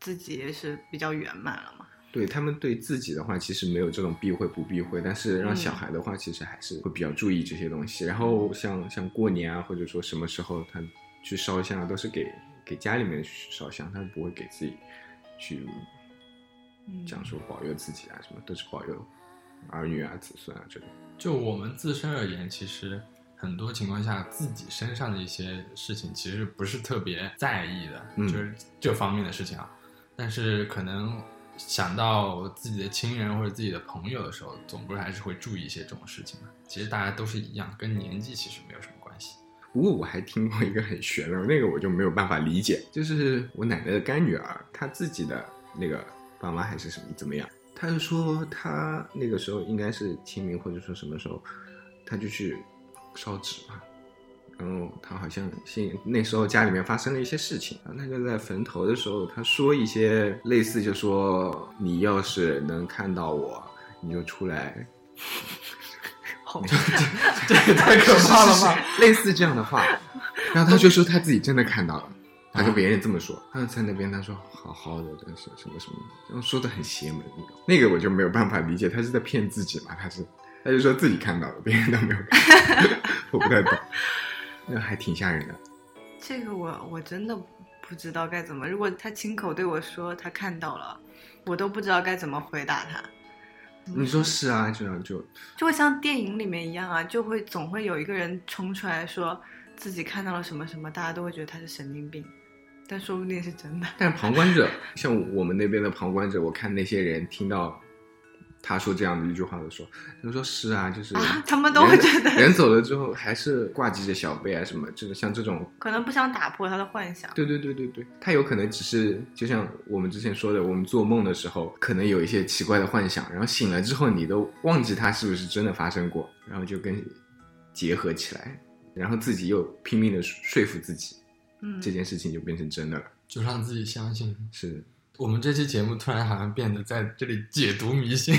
自己也是比较圆满了嘛。对他们对自己的话，其实没有这种避讳不避讳，但是让嗯小孩的话，其实还是会比较注意这些东西。然后像像过年啊，或者说什么时候他去烧香啊，都是给给家里面去烧香，他不会给自己去嗯，讲说保佑自己啊，什么都是保佑儿女啊、子孙啊这种。就我们自身而言，其实很多情况下自己身上的一些事情，其实不是特别在意的，嗯就是这方面的事情啊。但是可能想到自己的亲人或者自己的朋友的时候，总归还是会注意一些这种事情的。其实大家都是一样，跟年纪其实没有什么关系。不过我还听过一个很玄的，那个我就没有办法理解，就是我奶奶的干女儿，她自己的那个爸妈还是什么怎么样，她就说她那个时候应该是清明或者说什么时候，她就去烧纸嘛，然后她好像信那时候家里面发生了一些事情，然后她就在坟头的时候，她说一些类似就说你要是能看到我，你就出来好，这也太可怕了吧！类似这样的话，然后他就说他自己真的看到了，他跟别人这么说，他就在那边他说好好的，但是什么什么，然后说的很邪门那种，那个我就没有办法理解，他是在骗自己嘛？他是他就说自己看到了，别人都没有看到， 我不太懂，那还挺吓人的。这个我我真的不知道该怎么。如果他亲口对我说他看到了，我都不知道该怎么回答他。你说是啊，这样就就会像电影里面一样啊，就会总会有一个人冲出来说自己看到了什么什么，大家都会觉得他是神经病，但说不定是真的。但是旁观者，像我们那边的旁观者，我看那些人听到他说这样的一句话的时候，他就说是啊，就是啊他们都会觉得人人走了之后还是挂记着小贝啊什么，就是像这种，可能不想打破他的幻想。对对对对对，他有可能只是就像我们之前说的，我们做梦的时候可能有一些奇怪的幻想，然后醒了之后你都忘记它是不是真的发生过，然后就跟结合起来，然后自己又拼命的说服自己，嗯，这件事情就变成真的了，就让自己相信。是。我们这期节目突然好像变得在这里解读迷信，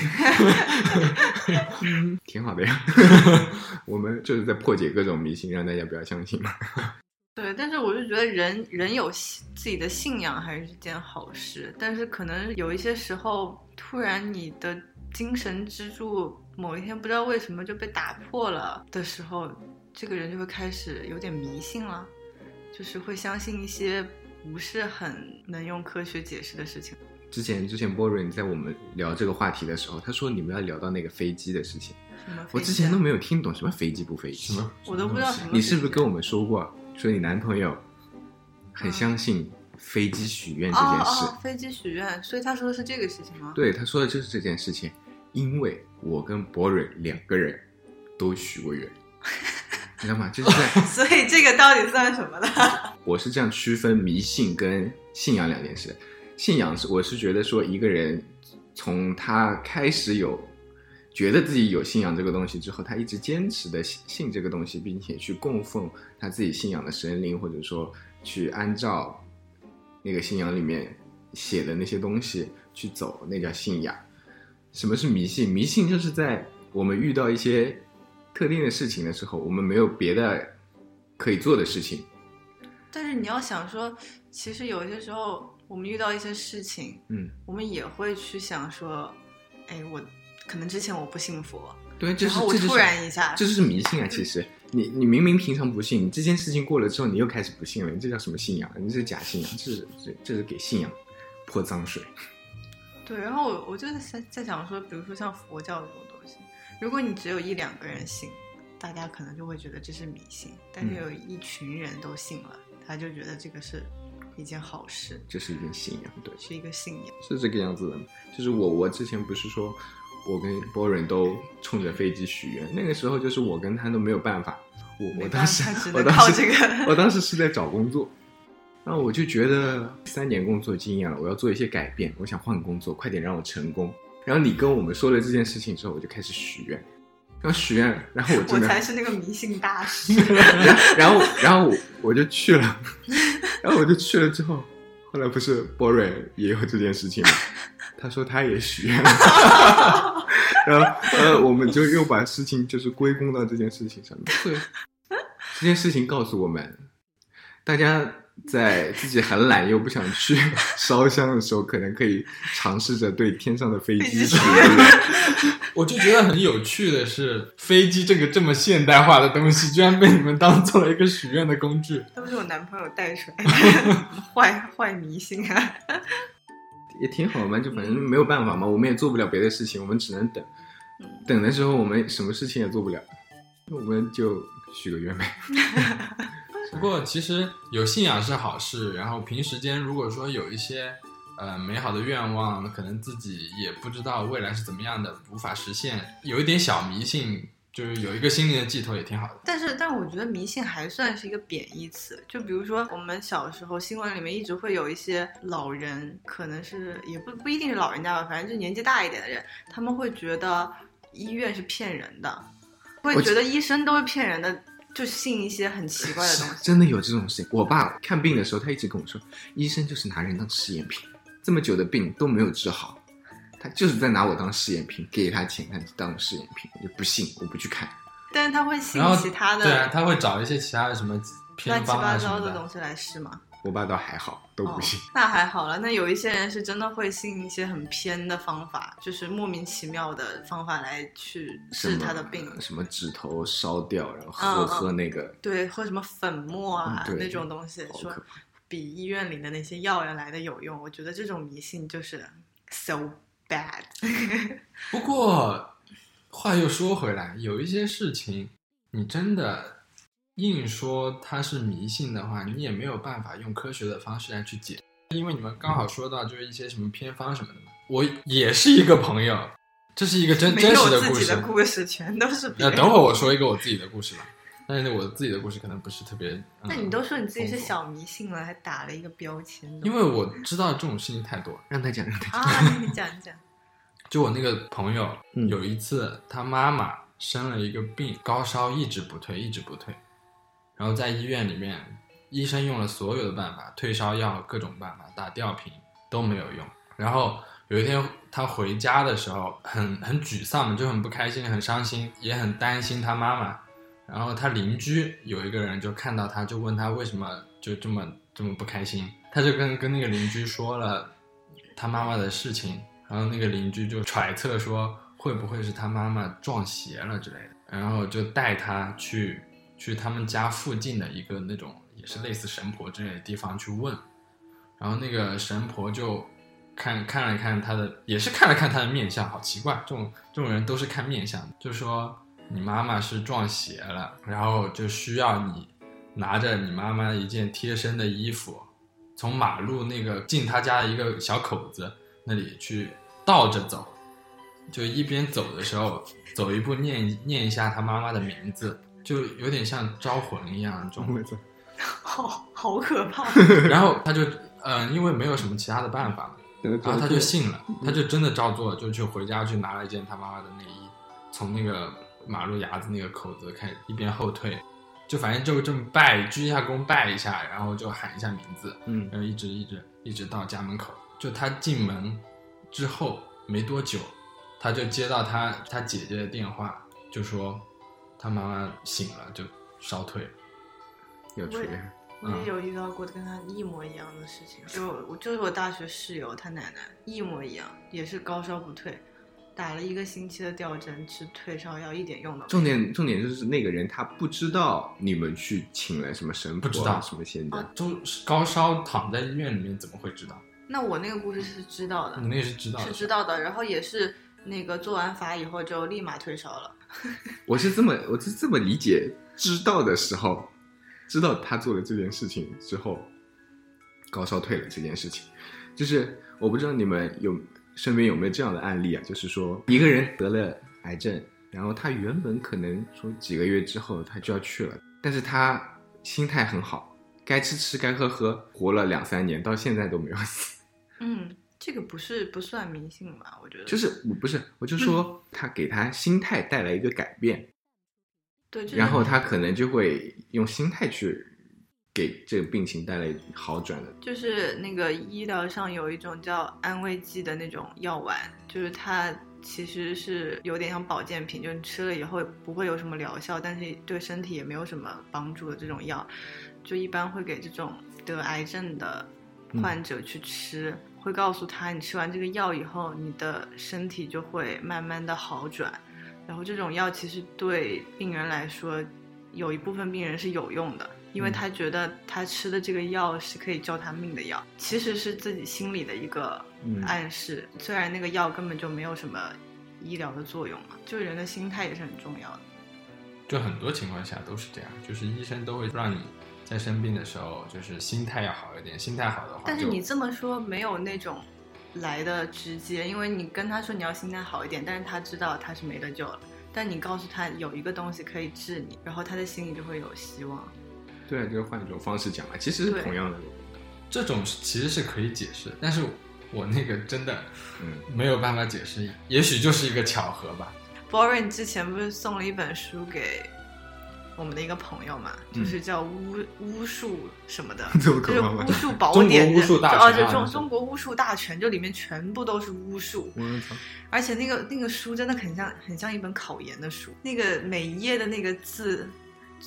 挺好的呀。 我们就是在破解各种迷信，让大家不要相信嘛。对，但是我就觉得人人有信自己的信仰还是件好事，但是可能有一些时候，突然你的精神支柱某一天不知道为什么就被打破了的时候，这个人就会开始有点迷信了，就是会相信一些不是很能用科学解释的事情。之前之前波瑞在我们聊这个话题的时候，他说你们要聊到那个飞机的事情，什么我飞之前机都啊没有听懂什么飞机不飞什机。么我都不知道什什么么你东西是不是跟我们说过，说你男朋友很相信飞机许愿这件事？哦哦哦，飞机许愿，所以他说的是这个事情吗？ 对，他说的就是这件事情，因为我跟博瑞两个人都许过愿，你知道吗？就是在所以这个到底算什么呢？我是这样区分迷信跟信仰两件事。信仰是我是觉得说一个人从他开始有觉得自己有信仰这个东西之后，他一直坚持的信这个东西，并且去供奉他自己信仰的神灵，或者说去按照那个信仰里面写的那些东西去走，那叫信仰。什么是迷信？迷信就是在我们遇到一些特定的事情的时候，我们没有别的可以做的事情，但是你要想说，其实有些时候我们遇到一些事情，嗯。我们也会去想说，哎，我可能之前我不信佛，对，这然是后我这就是突然一下这就是迷信啊！其实你你明明平常不信，你这件事情过了之后，你又开始不信了，你这叫什么信仰？你这是假信仰，这是这这是给信仰泼脏水。对，然后我我就在在想说，比如说像佛教这种东西，如果你只有一两个人信，大家可能就会觉得这是迷信；但是嗯有一群人都信了，他就觉得这个是一件好事，这是一件信仰，对，是一个信仰。是这个样子的。就是我，我之前不是说，我跟 Boren 都冲着飞机许愿，那个时候就是我跟他都没有办法，我我没当办时法只我能当靠时这个。我当时是在找工作，然后我就觉得三年工作经验了，我要做一些改变，我想换工作，快点让我成功。然后你跟我们说了这件事情之后，我就开始许愿，然后许愿，然 后我我真的，才是那个迷信大师， 然后然后我我就去了，然后我就去了之后，后来不是波瑞也有这件事情吗？他说他也许愿了， 然后呃，我们就又把事情就是归功到这件事情上面。对，这件事情告诉我们，大家在自己很懒又不想去 烧香的时候，可能可以尝试着对天上的飞机许愿。我就觉得很有趣的是，飞机这个这么现代化的东西，居然被你们当做了一个许愿的工具。都是我男朋友带出来的，坏坏迷信啊！ 也挺好嘛，就反正没有办法嘛，我们也做不了别的事情，我们只能等嗯。等的时候，我们什么事情也做不了，那我们就许个愿呗。不过其实有信仰是好事，然后平时间如果说有一些呃美好的愿望，可能自己也不知道未来是怎么样的，无法实现，有一点小迷信，就是有一个心灵的寄托也挺好的。但是，但我觉得迷信还算是一个贬义词。就比如说，我们小时候新闻里面一直会有一些老人，可能是也不不一定是老人家吧，反正就年纪大一点的人，他们会觉得医院是骗人的，会我觉得医生都是骗人的，就信一些很奇怪的 东西。真的有这种事情。我爸看病的时候，他一直跟我说，医生就是拿人当试验品，这么久的病都没有治好，他就是在拿我当试验品，给他钱他就当试验品，我就不信，我不去看。但是他会信然后其他对啊，的他会找一些其他的什么乱偏七方八啊什糟么的东西来试吗？我爸倒还好，都不信。哦。那还好了，那有一些人是真的会信一些很偏的方法，就是莫名其妙的方法来去什么治他的病。什么指头烧掉，然后喝、嗯嗯喝那个，对，喝什么粉末啊、嗯对那种东西，好说可怕。比医院里的那些药要来的有用。我觉得这种迷信就是 so bad。不过话又说回来，有一些事情，你真的硬说它是迷信的话，你也没有办法用科学的方式来去解。因为你们刚好说到就是一些什么偏方什么的嘛，我也是一个朋友，这是一个真没真有实自故己事的。故事，全都是别那人。等会儿我说一个我自己的故事吧，但是我自己的故事可能不是特别。嗯那你都说你自己是丰富小迷信了，还打了一个标签呢。因为我知道这种事情太多了。让他讲，让他讲。啊，你讲你讲，就我那个朋友，嗯有一次他妈妈生了一个病，高烧一直不退，一直不退，然后在医院里面，医生用了所有的办法，退烧药、各种办法，打吊瓶都没有用。然后有一天他回家的时候，很很沮丧，就很不开心，很伤心，也很担心他妈妈。然后他邻居有一个人就看到他，就问他为什么就这么这么不开心，他就跟跟那个邻居说了他妈妈的事情，然后那个邻居就揣测说会不会是他妈妈撞邪了之类的，然后就带他去去他们家附近的一个那种也是类似神婆之类的地方去问，然后那个神婆就看看了看他的，也是看了看他的面相，好奇怪，这种这种人都是看面相的，就说你妈妈是撞邪了，然后就需要你拿着你妈妈一件贴身的衣服，从马路那个进他家的一个小口子那里去倒着走，就一边走的时候走一步念一念一下他妈妈的名字，就有点像招魂一样这种。 我操！好好可 怕。然后他就嗯、因为没有什么其他的办法嘛，然啊后他就信了，他就真的照做了，就去回家去拿了一件他妈妈的内衣，从那个马路牙子那个口子开始一边后退，就反正就这么拜鞠一下躬拜一下，然后就喊一下名字，嗯然后一直一直一直到家门口。就他进门之后没多久，他就接到他他姐姐的电话，就说他妈妈醒了，就烧退了。要出院。我嗯也有遇到过跟他一模一样的事情，就我就是我大学室友，他奶奶一模一样，也是高烧不退，打了一个星期的吊针，吃退烧药，一点用都没有。重点重点就是那个人他不知道你们去请了什么神父啊，不知道什么仙哦丹，中高烧躺在医院里面怎么会知道？那我那个故事是知道的，你那个是知道的，是知。道的，然后也是那个做完法以后就立马退烧了。我是这么我是这么理解，知道的时候，知道他做了这件事情之后，高烧退了这件事情，就是我不知道你们有身边有没有这样的案例啊，就是说一个人得了癌症，然后他原本可能说几个月之后他就要去了，但是他心态很好，该吃吃该喝喝，活了两三年，到现在都没有死。嗯，这个不是不算迷信吧？我觉得就是我不是，我就说他给他心态带来一个改变，对，就是然后他可能就会用心态去给这个病情带来好转的。就是那个医疗上有一种叫安慰剂的那种药丸，就是它其实是有点像保健品，就是吃了以后不会有什么疗效，但是对身体也没有什么帮助的这种药，就一般会给这种得癌症的患者去吃，会告诉他你吃完这个药以后，你的身体就会慢慢的好转。然后这种药其实对病人来说，有一部分病人是有用的，因为嗯他觉得他吃的这个药是可以救他命的药，其实是自己心里的一个嗯暗示。虽然那个药根本就没有什么医疗的作用嘛，就人的心态也是很重要啊的。就很多情况下都是这样，就是医生都会让你在生病的时候，就是心态要好一点，心态好的话就，但是你这么说没有那种来的直接，因为你跟他说你要心态好一点，但是他知道他是没得救了。但你告诉他有一个东西可以治你，然后他的心里就会有希望。对啊，就是换一种方式讲嘛，其实是对同样的。这种是其实是可以解释，但是我那个真的 嗯，没有办法解释，也许就是一个巧合吧。 Boring 之前不是送了一本书给我们的一个朋友嘛，嗯就是叫巫巫术什么 的，这么就可是怕吗巫？术宝典，中国巫术大全啊哦，就那中是中国巫术大全，就里面全部都是巫术，我操！而且那个那个书真的很像很像一本考研的书，那个每一页的那个字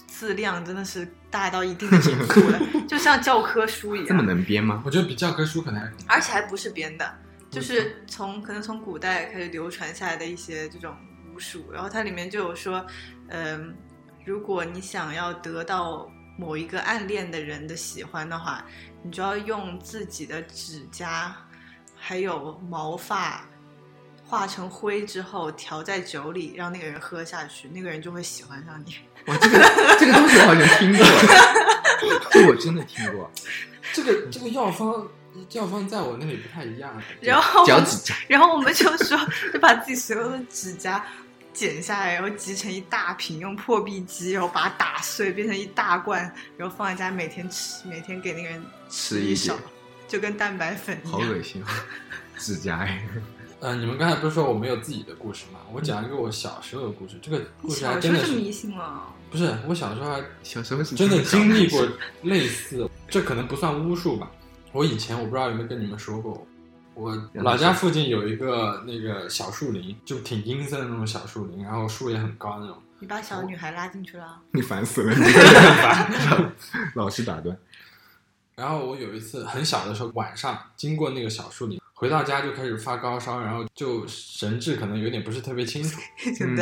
字量真的是大到一定的程度 了，就像教科书 一这么样，能编吗？我觉得比教科书可能还可能而且还不是编的，就是从可能从古代开始流传下来的一些这种巫术，然后它里面就有说，嗯、如果你想要得到某一个暗恋的人的喜欢的话，你就要用自己的指甲还有毛发化成灰之后调在酒里，让那个人喝下去，那个人就会喜欢上你。 哇，这个这个东西我好像听过，这 我真的听过。哦这个这个药方药方在我那里不太一样。啊然后脚趾甲，然后我们就说，就把自己所有的指甲剪下来，然后集成一大瓶，用破壁机，然后把它打碎，变成一大罐，然后放在家每天吃，每天给那个人吃一一点勺，就跟蛋白粉一好样。恶心啊！指甲哎，呃，你们刚才不是说我没有自己的故事吗？我讲一个我小时候的故事，这个故你事还小真时的候就是迷信了，不是我小时候还 小时候是 真的经历过长类似，这可能不算巫术吧。我以前我不知道有没有跟你们说过，我老家附近有一个那个小树林，就挺阴森的那种小树林，然后树也很高那种。你把小女孩拉进去 了。啊你烦死 了，你这个人烦 老是打断。然后我有一次很小的时候晚上经过那个小树林，回到家就开始发高烧，然后就神志可能有点不是特别清楚。嗯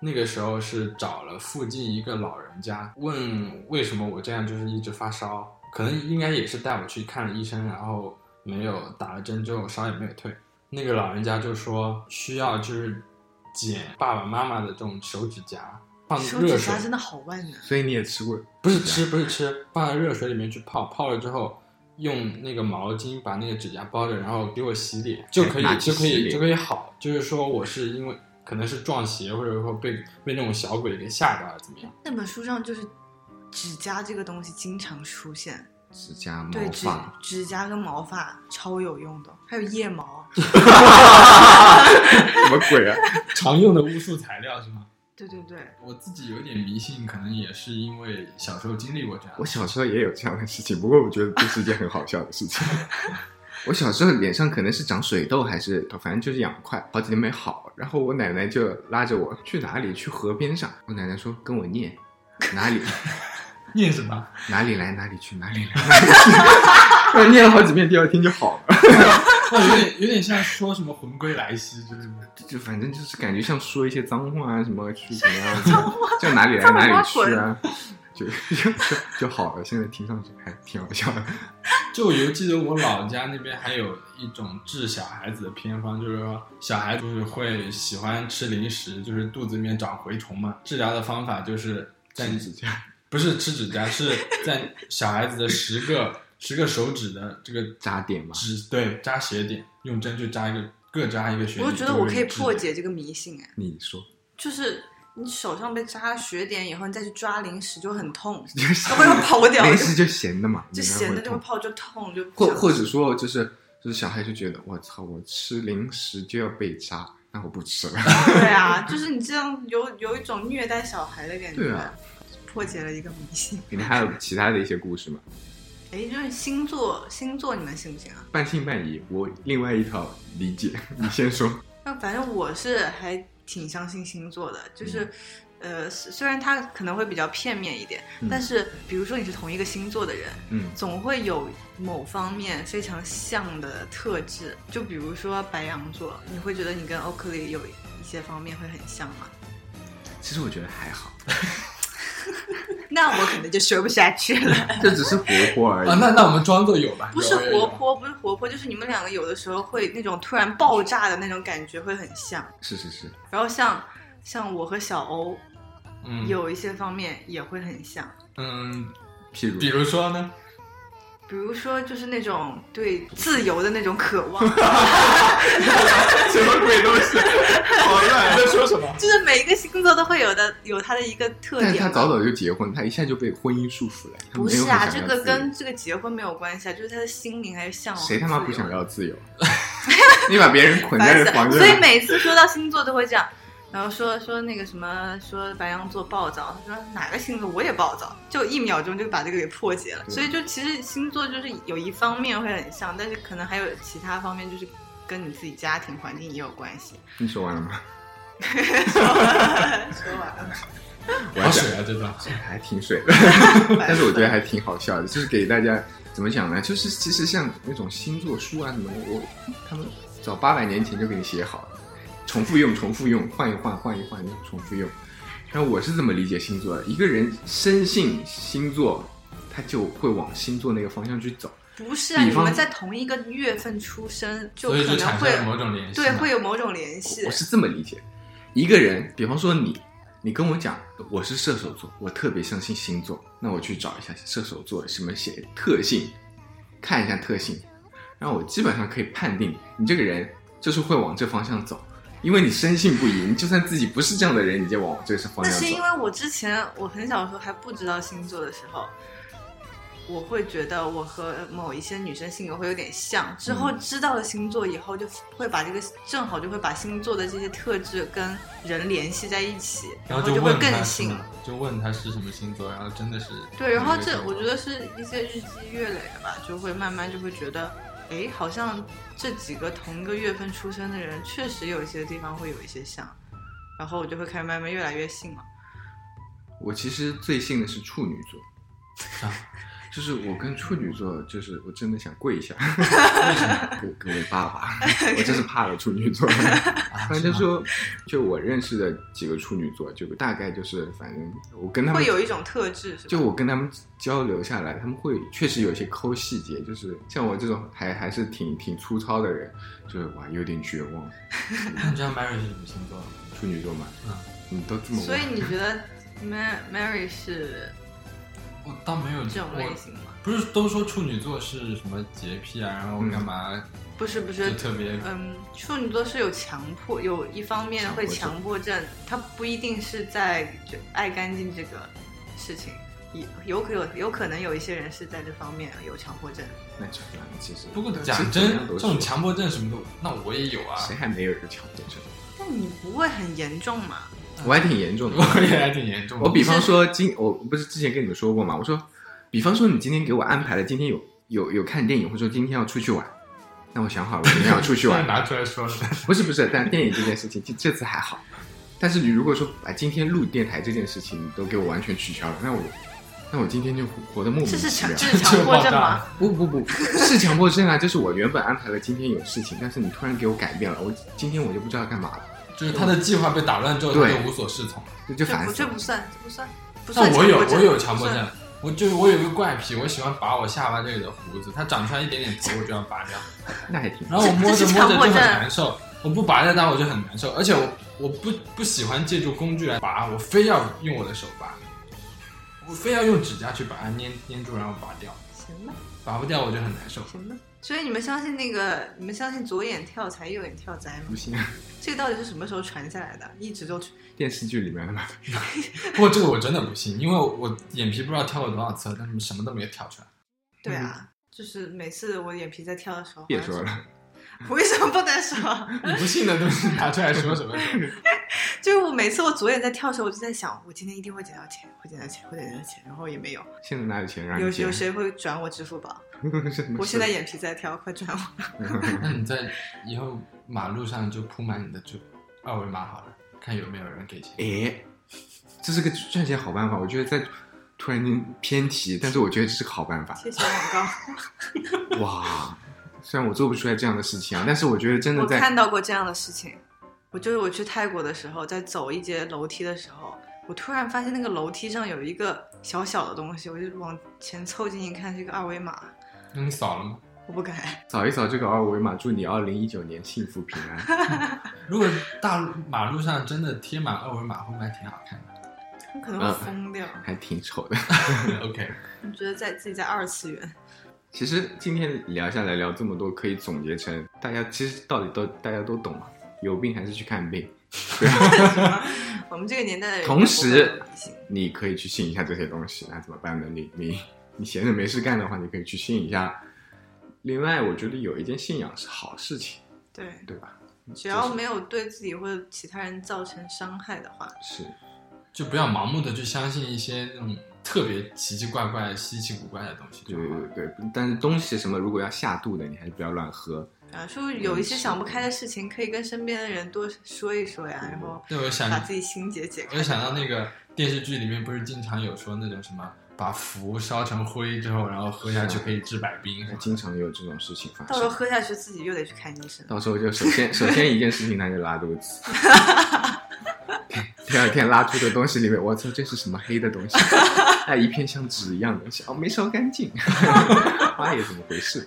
那个时候是找了附近一个老人家，问为什么我这样就是一直发烧，可能应该也是带我去看了医生，然后没有打了针之后烧也没有退。那个老人家就说需要就是剪爸爸妈妈的这种手指甲，放手热指水甲，真的好万能，所以你也吃过？不是吃不是吃，放在热水里面去泡，泡了之后用那个毛巾把那个指甲包着，然后给我洗脸就可以拿去就可洗以脸就可以好。就是说我是因为可能是撞邪，或者说被被那种小鬼给吓到了怎么样？ 那本书上就是指甲这个东西经常出现，指甲毛对指发， 指甲跟毛发超有用的，还有腋毛。什么鬼啊？常用的巫术材料是吗？对对对，我自己有点迷信，可能也是因为小时候经历过这样。我小时候也有这样的事情，不过我觉得这是一件很好笑的事情。我小时候脸上可能是长水痘，还是反正就是痒块，好几年没好。然后我奶奶就拉着我去哪里？去河边上。我奶奶说跟我念，哪里 念什 么？ 哪里来哪里去哪里来哪里去。我念了好几遍，第二天就好了。 那有点有点像说什么魂归来兮之类的。就反正就是感觉像说一些脏话啊，什么去怎么样子，就哪里来哪里去啊， 就就就就好了。现在听上去还挺好笑的。 就我犹记得我老家那边还有一种治小孩子的偏方，就是说小孩就是会喜欢吃零食，就是肚子里面长蛔虫嘛。治疗的方法就是在指甲，不是吃指甲，是在小孩子的十个十个手指的这个 扎点嘛指对扎血点，用针去扎一个，各扎一个血点。我觉得我可以破。解这个迷信哎，你说，就是你手上被扎了血点以后，你再去抓零食就很 痛，就是要不然跑不掉，没就事就闲的嘛，就你那咸会的这个痛泡就痛就或不想或者说就是就是小孩就觉得我操，我吃零食就要被扎，那我不吃了。 对啊，就是你这样有有一种虐待小孩的感觉，对啊破解了一个迷信。你们还有其他的一些故事吗？哎，就是星座，星座你们信不信啊？半信半疑，我另外一套理解，你先说。那反正我是还挺相信星座的，就是，呃，虽虽然它可能会比较片面一点，嗯但是比如说你是同一个星座的人，嗯总会有某方面非常像的特质。就比如说白羊座，你会觉得你跟 Oakley 有一些方面会很像吗？其实我觉得还好，那我可能就说不下去了。 这只是活泼而已。哦啊，那那我们装作有吧？不是有有活有泼，不是活泼，就是你们两个有的时候会那种突然爆炸的那种感觉会很像。是是是，然后像像我和小欧嗯有一些方面也会很像，嗯，譬如比如说呢？比如说就是那种对自由的那种渴望，什么鬼东 西，好你乱。啊在说什么？就是每一个星座都会有的有它的一个特但是点他嘛。早早就结婚，他一下就被婚姻束缚了。他不没有是啊，很想这要个自由跟这个结婚没有关系啊，就是他的心灵还是向往。谁他妈不想？要自由？ 你把别人 捆烦在死这房了！子所以里，每次说到星座都会这样，然后说说那个什么，说白羊座暴躁，他说哪个星座我也暴躁，就一秒钟就把这个给破解了。对所以就其实星座就是有一方面会很像，但是可能还有其他方面就是。跟你自己家庭环境也有关系。你说完了吗？说完了，我要好讲水啊，这段。还挺水的。但但是我觉得还挺好笑的，就是给大家怎么讲呢？就是其实像那种星座书啊什么的，我他们早八百年前就给你写好了，重复用，重复用，换一换，换一换，重复用。然后我是这么理解星座的？一个人深信星座，他就会往星座那个方向去走。不是啊，比你方们在同一个月份出生，就所以可就能产会生了某种联系嘛。对会有某种联系我。是这么理解，一个人，比方说你，你跟我讲我是射手座，我特别相信星座，那我去找一下射手座什么写特性，看一下特性，然后我基本上可以判定你这个人就是会往这方向走，因为你深信不疑，你就算自己不是这样的人，你就往这个方那向是因走。为我之前我很小的时候还不知道星座的时候，我会觉得我和某一些女生性格会有点像。之嗯后知道了星座以后，就会把这个正好就会把星座的这些特质跟人联系在一起，然后后就会问他更是信吗。嗯就问他是什么星座，然后真的是对，然后这那个星座我觉得是一些日积月累的吧，就会慢慢就会觉得，哎，好像这几个同一个月份出生的人，确实有一些地方会有一些像，然后我就会开始慢慢越来越信了。我其实最信的是处女座，啊就是我跟处女座，就是我真的想跪一 下， 给给我爸爸，我真是怕了处女座。 啊反正就是吗说，就我认识的几个处女座，就大概就是，反正我跟他们会有一种特质，是吧？就我跟他们交流下来，他们会确实有一些抠细节，就是像我这种还还是挺挺粗糙的人，就是哇有点绝望。那你知道 Mary 是什么星座吗？处女座嘛，嗯，你都这么所以问，你觉得 Mar- Mary 是我哦倒没有这种类型我吗？不是都说处女座是什么洁癖啊，然后嗯干嘛不是不，就是特别嗯，处女座是有强迫，有一方面会强迫症，他不一定是在就爱干净这个事情，有有可有有可能有一些人是在这方面有强迫症。那就算了，其实不过其实讲怎么真样，这都种是强迫症什么的，那我也有啊，谁还没有一个强迫症？但你不会很严重嘛？嗯我还挺严重 的，我也还挺严重的。我比方说今我不是之前跟你们说过吗？我说，比方说你今天给我安排了今天有有有看电影，或者说今天要出去玩，那我想好了，我今天要出 去玩现在。拿出 来说了，不是不是，但电影这件事情这这次还好，但是你如果说把今天录电台这件事情都给我完全取消了，那我但我今天就活得莫名这是其强妙。啊这是强迫症这么吗大？ 不不不，是强迫症啊！就是我原本安排了今天有事情，但是你突然给我改变了，我今天我就不知道干嘛了，就是他的计划被打乱之后，他对 就无所适从。就就这烦不死这了。不算，这不算，不算但我有强迫我有强迫不算症，我就是我有一个怪癖，我喜欢拔我下巴这里的胡子，它长出来一点点头我就要拔掉，那还挺然后我摸这着是摸强着就迫很症难受，我不拔掉它我就很难受，而且我我不不喜欢借助工具来拔，我非要用我的手拔，我非要用指甲去把它粘粘住，然后拔掉，行吧，拔不掉我就很难受。行吧。所以你们相信那个，你们相信左眼跳财，右眼跳灾吗不？信。这个到底是什么时候传下来的？一直都电视剧里面的嘛，不过这个我真的不信，因为我眼皮不知道跳过多少次，但是什么都没有跳出来。对啊，就是每次我眼皮在跳的时候，别说，了， 为什么不能说？ 你不信的东西拿出来说什么？就是我每次我左眼在跳的时候，我就在想，我今天一定会捡到钱，会捡到钱，会捡到钱，然后也没有。现在哪有钱让有你有见？谁会转我支付宝？ 真的我是现在 眼皮在跳，快转我！那你在以后马路上就铺满你的这二维码好了，看有没有人给钱。 哎，这是个赚钱好办法。我觉得在突然间偏题，但是我觉得这是个好办 法。谢谢广 告，哇，虽然我做不出来这样的事情啊，但是我觉得真的我看在到过这样的事情。我就是我去泰国的时候，在走一节楼梯的时候，我突然发现那个楼梯上有一个小小的东西，我就往前凑近一看，是一个二维码，那你扫了吗？我不敢。扫一扫这个二维码，祝你二零一九年幸福平安。如果大路马路上真的贴满二维码，会不会还挺好看我可能嗯会疯掉。还挺丑 的。的？OK， 你觉得在自己在二次元？其实今天聊下来聊这么多，可以总结成大家其实道理都大家都懂啊，有病还是去看病。我们这个年代的人，同时你可以去信一下这些东西，那怎么办呢？你你你闲着没事干的话，你可以去信一下。另外，我觉得有一件信仰是好事情，对，对吧？只要就是没有对自己或者其他人造成伤害的话，是就不要盲目的去相信一些那种特别奇奇怪怪、稀奇古怪的东西对就好了。对对，但是东西什么如果要下肚的，你还是不要乱喝。啊，说嗯有一些想不开的事情，可以跟身边的人多说一说呀，然后对，我想把自己心结解我开。就想到那个电视剧里面，不是经常有说那种什么把符烧成灰之后，然后喝下去可以治百病什么的。经常有这种事情发嗯到时候生，喝下去，自己又得去看医生。到时候就首先首先一件事情，那就拉肚子。第二天拉出的东西里面，我操，这是什么黑的东西？哎，一片像纸一样的东西，哦，没烧干净， 妈也怎么回事？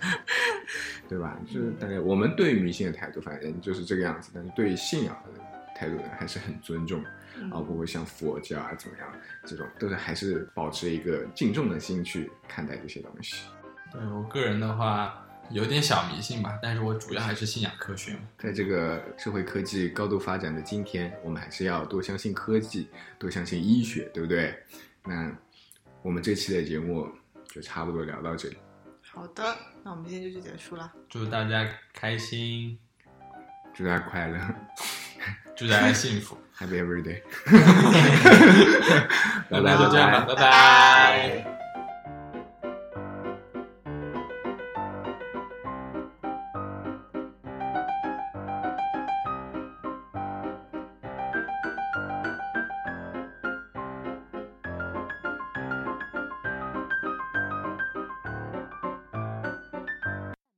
对吧？就是大概我们对于迷信的态度，反正就是这个样子，但是对于信仰的态度呢，还是很尊重，嗯啊，包括像佛教啊怎么样，这种都是还是保持一个敬重的心去看待这些东西。对我个人的话，有点小迷信吧，但是我主要还是信仰科学嘛。在这个社会科技高度发展的今天，我们还是要多相信科技，多相信医学，对不对？那我们这期的节目就差不多聊到这里，好的，那我们今天就结束了。祝大家开心，祝大家快乐 祝大家幸福。 ，Happy Every Day。那拜拜就这样吧，拜拜拜拜